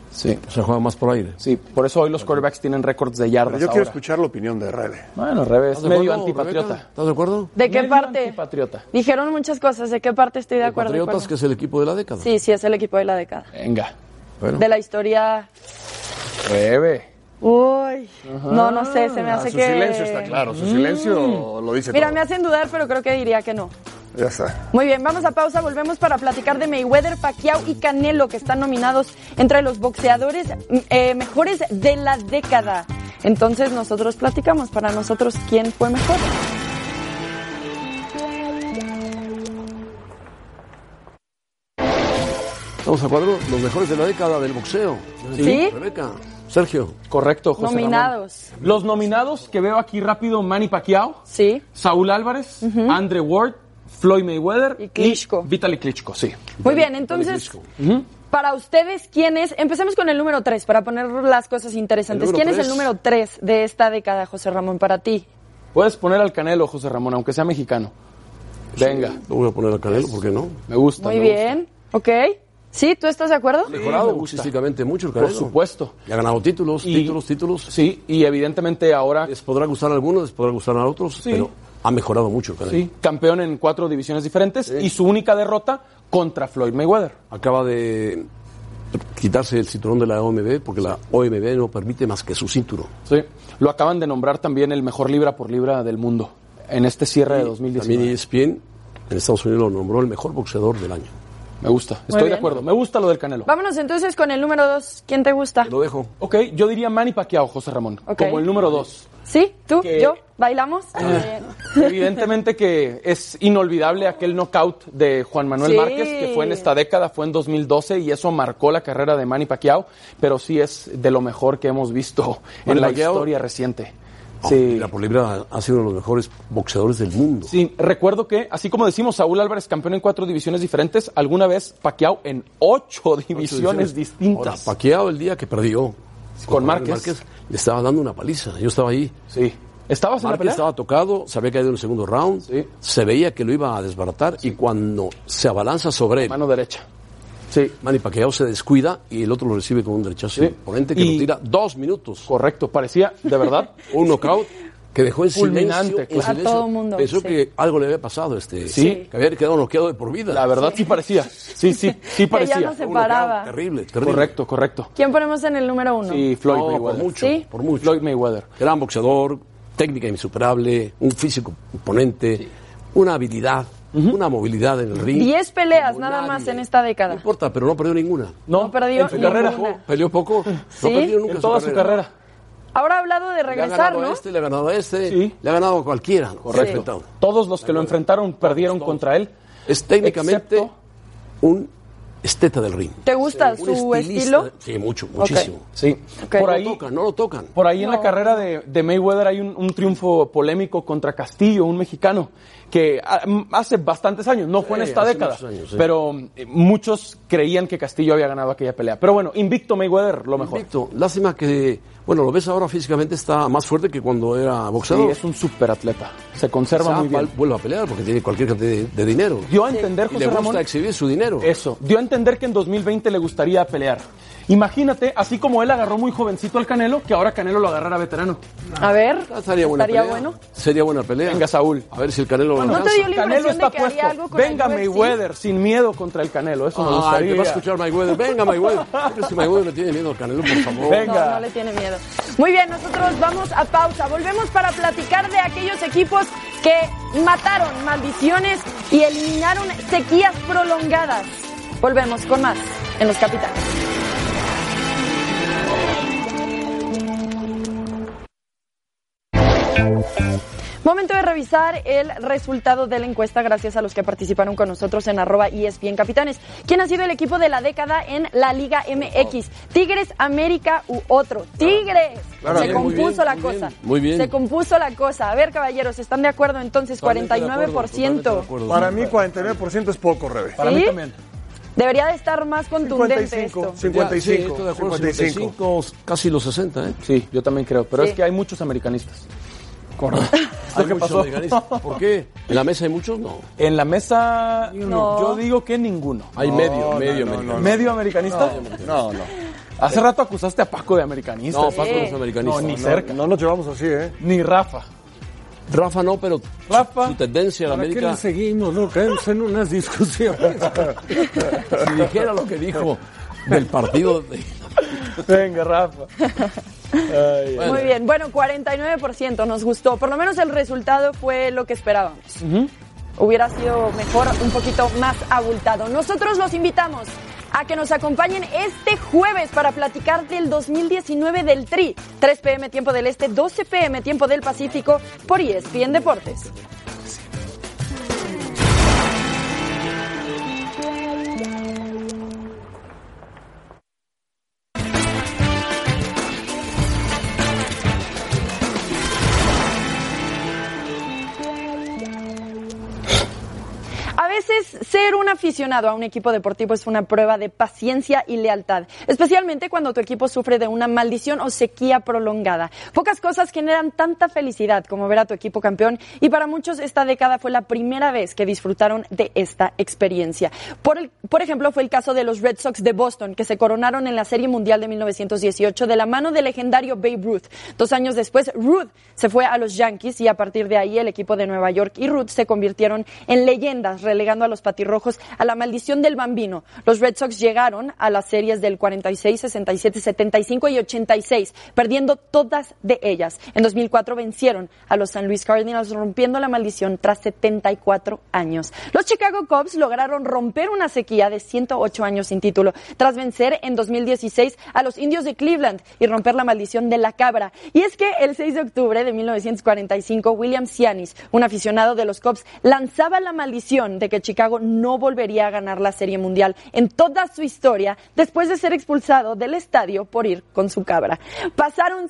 Sí,
sea, juega más por aire.
sí, por eso hoy los quarterbacks tienen récords de yardas.
Pero yo quiero
ahora.
escuchar la opinión de Rebe.
Bueno, revés,
¿Estás de
medio
acuerdo, Rebeca?
antipatriota.
¿Estás de acuerdo?
¿De qué
Medio
parte?
antipatriota.
Dijeron muchas cosas. ¿De qué parte estoy de acuerdo? de
Patriotas, que
acuerdo?
es el equipo de la década.
Sí, sí, es el equipo de la década.
Venga.
Bueno,
De la historia.
Rebe.
Uy. No, no sé, se me hace
su
que.
silencio está claro, su silencio lo dice
Mira,
todo.
me hacen dudar, pero creo que diría que no.
Ya está.
Muy bien, vamos a pausa, volvemos para platicar de Mayweather, Pacquiao y Canelo, que están nominados entre los boxeadores mm, eh, mejores de la década. Entonces nosotros platicamos para nosotros quién fue mejor.
estamos a cuadro, los mejores de la década del boxeo.
¿Sí?
Rebeca, Sergio,
Correcto, José Ramón.
Nominados.
Los nominados que veo aquí rápido, Manny Pacquiao,
Sí.
Saúl Álvarez, Andre Ward, Floyd Mayweather
Y Klitschko.
Vitaly Klitschko, sí.
Muy bien, entonces, para ustedes, ¿quién es? Empecemos con el número 3, para poner las cosas interesantes.
¿El número
¿Quién es
tres?
el número 3 de esta década, José Ramón, para ti?
Puedes poner al Canelo, José Ramón, aunque sea mexicano. Venga,
lo voy a poner a Canelo, ¿por qué no?
me gusta.
Muy
me gusta.
bien, ¿ok? ¿Sí? ¿Tú estás de acuerdo?
Mejorado
gusta.
boxísticamente mucho el
Por
Canelo.
supuesto.
Y ha ganado títulos,
Y-
títulos, títulos.
Sí, y evidentemente ahora
Les podrá gustar a algunos, les podrá gustar a otros,
Sí.
pero ha mejorado mucho el Canelo.
sí, campeón en cuatro divisiones diferentes y su única derrota contra Floyd Mayweather.
Acaba de quitarse el cinturón de la OMB porque la OMB no permite más que su cinturón.
Sí. Lo acaban de nombrar también el mejor libra por libra del mundo en este cierre de
También E
2019.
ESPN en Estados Unidos lo nombró el mejor boxeador del año.
Me gusta, estoy de
bien.
acuerdo. Me gusta lo del Canelo.
Vámonos entonces con el número 2. ¿Quién te gusta?
Lo dejo.
Ok, yo diría Manny Pacquiao, José Ramón,
Ok.
como el número dos.
¿Sí? ¿Tú?
Que-
¿Yo? ¿Bailamos?
Ah.
Muy bien.
Evidentemente que es inolvidable aquel knockout de Juan Manuel
Sí.
Márquez, que fue en esta década, fue en 2012, y eso marcó la carrera de Manny Pacquiao, pero sí es de lo mejor que hemos visto
Manny
en la
Pacquiao.
historia reciente.
Oh,
Sí.
La por libra ha sido uno de los mejores boxeadores del mundo.
Sí, recuerdo que, así como decimos, Saúl Álvarez campeón en cuatro divisiones diferentes, alguna vez Pacquiao en ocho divisiones
Ahora,
distintas.
Paqueado el día que perdió
Con
Manuel
Márquez.
le estaba dando una paliza. Yo estaba ahí.
sí. ¿Estabas en la
Márquez
pelea?
estaba tocado, se había caído en el segundo round,
Sí.
se veía que lo iba a desbaratar y cuando se abalanza sobre él,
Mano derecha. Sí.
Manny Pacquiao se descuida y el otro lo recibe con un derechazo
Sí.
imponente que
Y-
lo tira dos minutos.
Correcto, parecía, de *laughs* verdad,
un knockout que dejó en
Fulminante,
silencio. en
claro.
A
silencio.
todo mundo,
Pensó
sí.
que algo le había pasado a este.
Sí.
Que había quedado noqueado de por vida.
la verdad sí parecía. Sí, sí, *laughs* sí
Que ya
parecía.
no se
Un knockout
paraba.
Terrible, terrible.
Correcto, correcto.
¿Quién ponemos en el número 1?
Sí, Floyd
No, por
Mayweather.
mucho,
Sí.
por mucho.
Floyd Mayweather.
Gran boxeador, técnica insuperable, un físico imponente, una habilidad, una movilidad en el ring.
10 peleas
como
nada más
nadie.
en esta
No
década.
importa, pero no perdió ninguna.
No,
No perdió
en su carrera.
ninguna.
¿Peleó poco?
Sí.
No perdió nunca
En toda su carrera.
Ahora ha hablado de
Le ha
regresar,
ganado a
¿no?
este, le ha ganado a este,
Sí.
le ha ganado a cualquiera. ¿no?
Correcto. Todos los que lo enfrentaron perdieron contra él.
Es técnicamente
Excepto-
un esteta del ring.
¿Te gusta
Un
su
estilista-
estilo?
Sí, mucho, muchísimo.
Sí.
Ok.
Por
No
ahí
lo tocan, no lo tocan.
Por ahí en la carrera de, de Mayweather hay un, un triunfo polémico contra Castillo, un mexicano, que ah, m- hace bastantes años, no fue en
Sí,
esta
hace
década,
muchos años, sí.
pero eh, muchos creían que Castillo había ganado aquella pelea. Pero bueno, invicto Mayweather, lo mejor.
Perfecto. Lástima que, bueno, lo ves ahora físicamente está más fuerte que cuando era
Sí,
boxeador.
es un superatleta, se conserva
Quizá
muy bien.
val- vuelva a pelear porque tiene cualquier cantidad de, de dinero.
Dio a entender,
Y le
José
gusta
Ramón,
exhibir su dinero.
Eso. Dio a entender que en 2020 le gustaría pelear. Imagínate, así como él agarró muy jovencito al Canelo, que ahora Canelo lo agarrará veterano.
A ver,
Ah, Estaría buena pelea.
bueno.
Sería buena pelea.
Venga, Saúl.
A ver si el Canelo
Bueno,
lo
no te
alcanza.
dio la
Canelo
impresión
está
de que haría
puesto.
algo con
Venga
el UFC.
Mayweather, sin miedo contra el Canelo. Eso me
Ay,
gustaría.
te Ah, va a escuchar Mayweather. Venga, Mayweather. ¿Tú crees que Mayweather le tiene miedo al Canelo, por favor?
Venga.
No, no le tiene miedo. Muy bien, nosotros vamos a pausa. Volvemos para platicar de aquellos equipos que mataron maldiciones y eliminaron sequías prolongadas. Volvemos con más en Los Capitanes. Momento de revisar el resultado de la encuesta gracias a los que participaron con nosotros en arroba E ESPN Capitanes. ¿Quién ha sido el equipo de la década en la Liga MX? Tigres, América u otro. Tigres.
Claro,
Se
bien, muy
compuso
bien,
la
muy
cosa.
bien, muy bien.
Se compuso la cosa. A ver, caballeros, ¿están de acuerdo entonces?
Totalmente de
49%.
acuerdo, totalmente de acuerdo.
Para mí 49% es poco, Rebe.
Para mí ¿Sí? también. Debería de estar más contundente esto.
55,
Ya, sí, estoy de acuerdo,
55.
55, casi los 60, ¿eh?
Sí, yo también creo, pero
Sí.
es que hay muchos americanistas. *laughs*
Hay
¿Qué
muchos
pasó?
americanistas.
*laughs*
¿Por qué? ¿En la mesa hay muchos? No.
En la mesa,
No.
yo digo que ninguno.
Hay medio, medio americano.
¿Medio americanista?
No, no.
Hace rato acusaste a Paco de americanista.
No, Paco no es
Sí.
americanista.
No, ni cerca.
No nos llevamos así, ¿eh?
Ni Rafa.
Rafa no, pero
Rafa,
su tendencia a la
¿Para qué
América,
le seguimos? No, caemos en unas discusiones.
si dijera lo que dijo del partido, de-
Venga, Rafa.
Muy bien, bueno, 49% nos gustó. Por lo menos el resultado fue lo que esperábamos. Hubiera sido mejor, un poquito más abultado. Nosotros los invitamos a que nos acompañen este jueves para platicar del 2019 del TRI. 3 pm tiempo del Este, 12 pm tiempo del Pacífico por E ESPN Deportes. A veces ser un aficionado a un equipo deportivo es una prueba de paciencia y lealtad, especialmente cuando tu equipo sufre de una maldición o sequía prolongada. Pocas cosas generan tanta felicidad como ver a tu equipo campeón y para muchos esta década fue la primera vez que disfrutaron de esta experiencia. Por, el- por ejemplo, fue el caso de los Red Sox de Boston, que se coronaron en la Serie Mundial de 1918 de la mano del legendario Babe Ruth. Dos años después, pues Ruth se fue a los Yankees y a partir de ahí el equipo de Nueva York y Ruth se convirtieron en leyendas, relegando a los patirrojos a la maldición del bambino. Los Red Sox llegaron a las series del 46, 67, 75 y 86, perdiendo todas de ellas. En 2004 vencieron a los San Luis Cardinals, rompiendo la maldición tras 74 años. Los Chicago Cubs lograron romper una sequía de 108 años sin título, tras vencer en 2016 a los indios de Cleveland y romper la maldición de la cabra. Y es que el 6 de octubre de 1945, William Sianis, un aficionado de los Cubs, lanzaba la maldición de que Chicago no volvería a ganar la Serie Mundial en toda su historia después de ser expulsado del estadio por ir con su cabra. Pasaron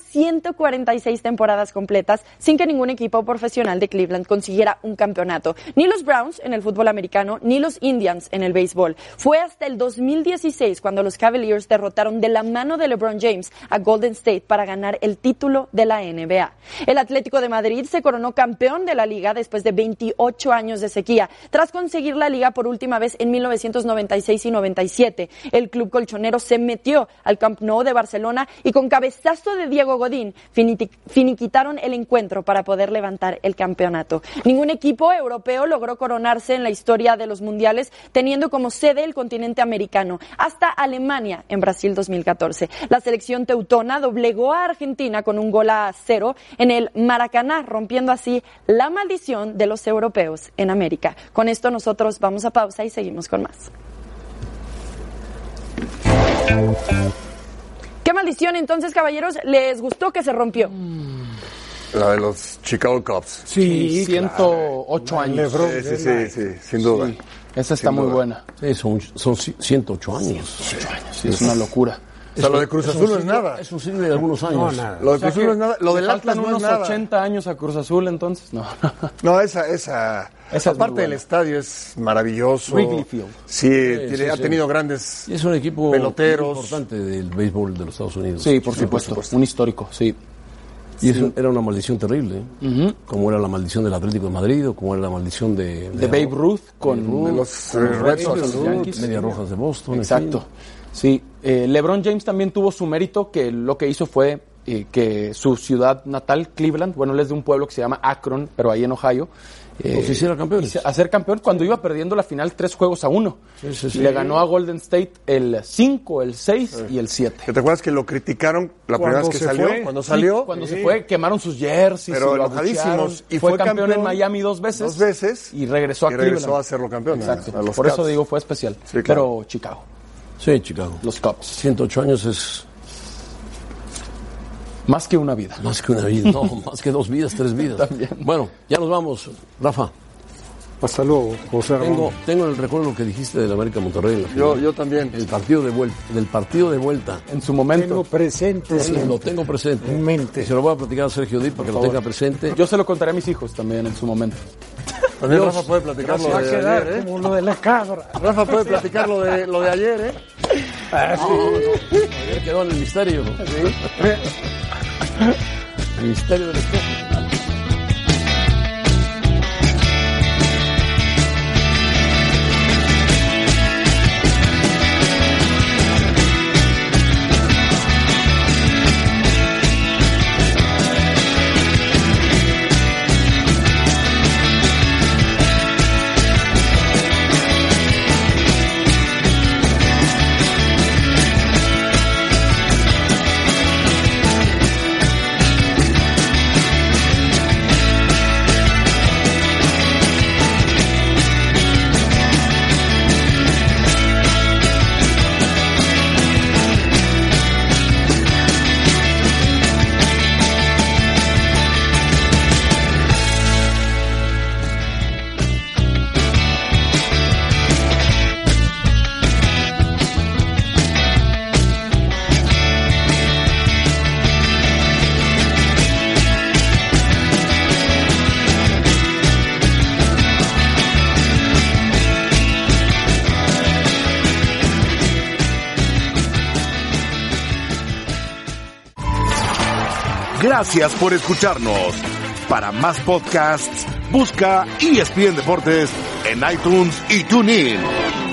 146 temporadas completas sin que ningún equipo profesional de Cleveland consiguiera un campeonato. Ni los Browns en el fútbol americano, ni los Indians en el béisbol. Fue hasta el 2016 cuando los Cavaliers derrotaron de la mano de LeBron James a Golden State para ganar el título de la NBA. El Atlético de Madrid se coronó campeón de la liga después de 28 años de sequía, tras conseguir la liga por última vez en 1996 y 97. El club colchonero se metió al Camp Nou de Barcelona y con cabezazo de Diego Godín finiti- finiquitaron el encuentro para poder levantar el campeonato. Ningún equipo europeo logró coronarse en la historia de los mundiales teniendo como sede el continente americano, hasta Alemania en Brasil 2014. La selección teutona doblegó a Argentina con un gol a cero en el Maracaná, rompiendo así la maldición de los europeos en América. Con esto nosotros vamos a pausa y seguimos con más. ¿Qué maldición entonces, caballeros? ¿Les gustó que se rompió?
La de los Chicago Cubs.
Sí, 108 años.
Sí, sí, sí, sí, sin duda.
Esa está
Sin
muy
duda.
buena.
Sí, son, son 108 años.
Sí, es una locura.
O sea, lo de Cruz
un
Azul no es
siglo-
nada.
Es un siglo de algunos años.
nada.
Lo de Cruz Azul no
que
es nada.
le
Lo del Atlas
faltan
no es
unos
nada.
80 años a Cruz Azul, entonces, no. *laughs*
No, esa, esa.
Esa es
Esa
muy
parte del
buena.
estadio es maravilloso.
Wrigley Field.
Sí, tiene-
sí,
ha
sí.
tenido grandes
Y es un equipo
Peloteros.
muy importante del béisbol de los Estados Unidos.
Sí, por supuesto, un histórico, sí.
Y eso era una maldición terrible, ¿eh? como era la maldición del Atlético de Madrid o como era la maldición de,
De Babe Ruth con
de los eh, Red Sox.
Sox, Yankees.
Media Rojas de Boston. en
Exacto.
fin.
Sí, eh, LeBron James también tuvo su mérito, que lo que hizo fue eh, que su ciudad natal, Cleveland, bueno, él es de un pueblo que se llama Akron, pero ahí en Ohio. eh,
Pues
Los hiciera campeones.
hice- Hacer campeón cuando iba perdiendo la final tres juegos a uno.
Sí, sí, sí.
Le ganó a Golden State el 5, el 6 y el 7.
¿Te acuerdas que lo criticaron la primera vez
Cuando
que
se
salió?
fue.
Cuando salió.
cuando se fue, quemaron sus jerseys,
Pero
y lo
enojadísimos.
abuchearon.
Y
fue,
fue
campeón, en
campeón
Miami dos veces.
dos veces.
Y regresó a
Y regresó
Cleveland.
a hacerlo campeón, a-
Exacto.
a los
Por eso
Cubs.
digo, fue especial.
Sí, claro.
Pero Chicago,
Sí, Chicago.
los Cubs.
108 años es
Más que una vida.
Más que una vida, no, más que dos vidas, tres vidas. Bueno, ya nos vamos, Rafa.
*laughs* Hasta luego, José Ramón.
Tengo, tengo el recuerdo que dijiste del América Monterrey. en la
Yo-
final.
yo también.
El partido de vuelta, del partido de vuelta.
En su momento.
Tengo presente.
Sí,
siempre.
lo tengo presente.
En mente.
Y se lo voy a platicar a Sergio Díaz para que lo
favor.
tenga presente.
Yo se lo contaré a mis hijos también en su momento.
También Rafa puede platicar
Va
lo
a
de
quedar
ayer, ¿eh?
como lo de la cabra.
Rafa puede platicar lo de, lo de ayer, ¿eh?
Ya quedó en el misterio. *laughs* el misterio del espejo.
Gracias por escucharnos. Para más podcasts, busca ESPN Deportes en iTunes y TuneIn.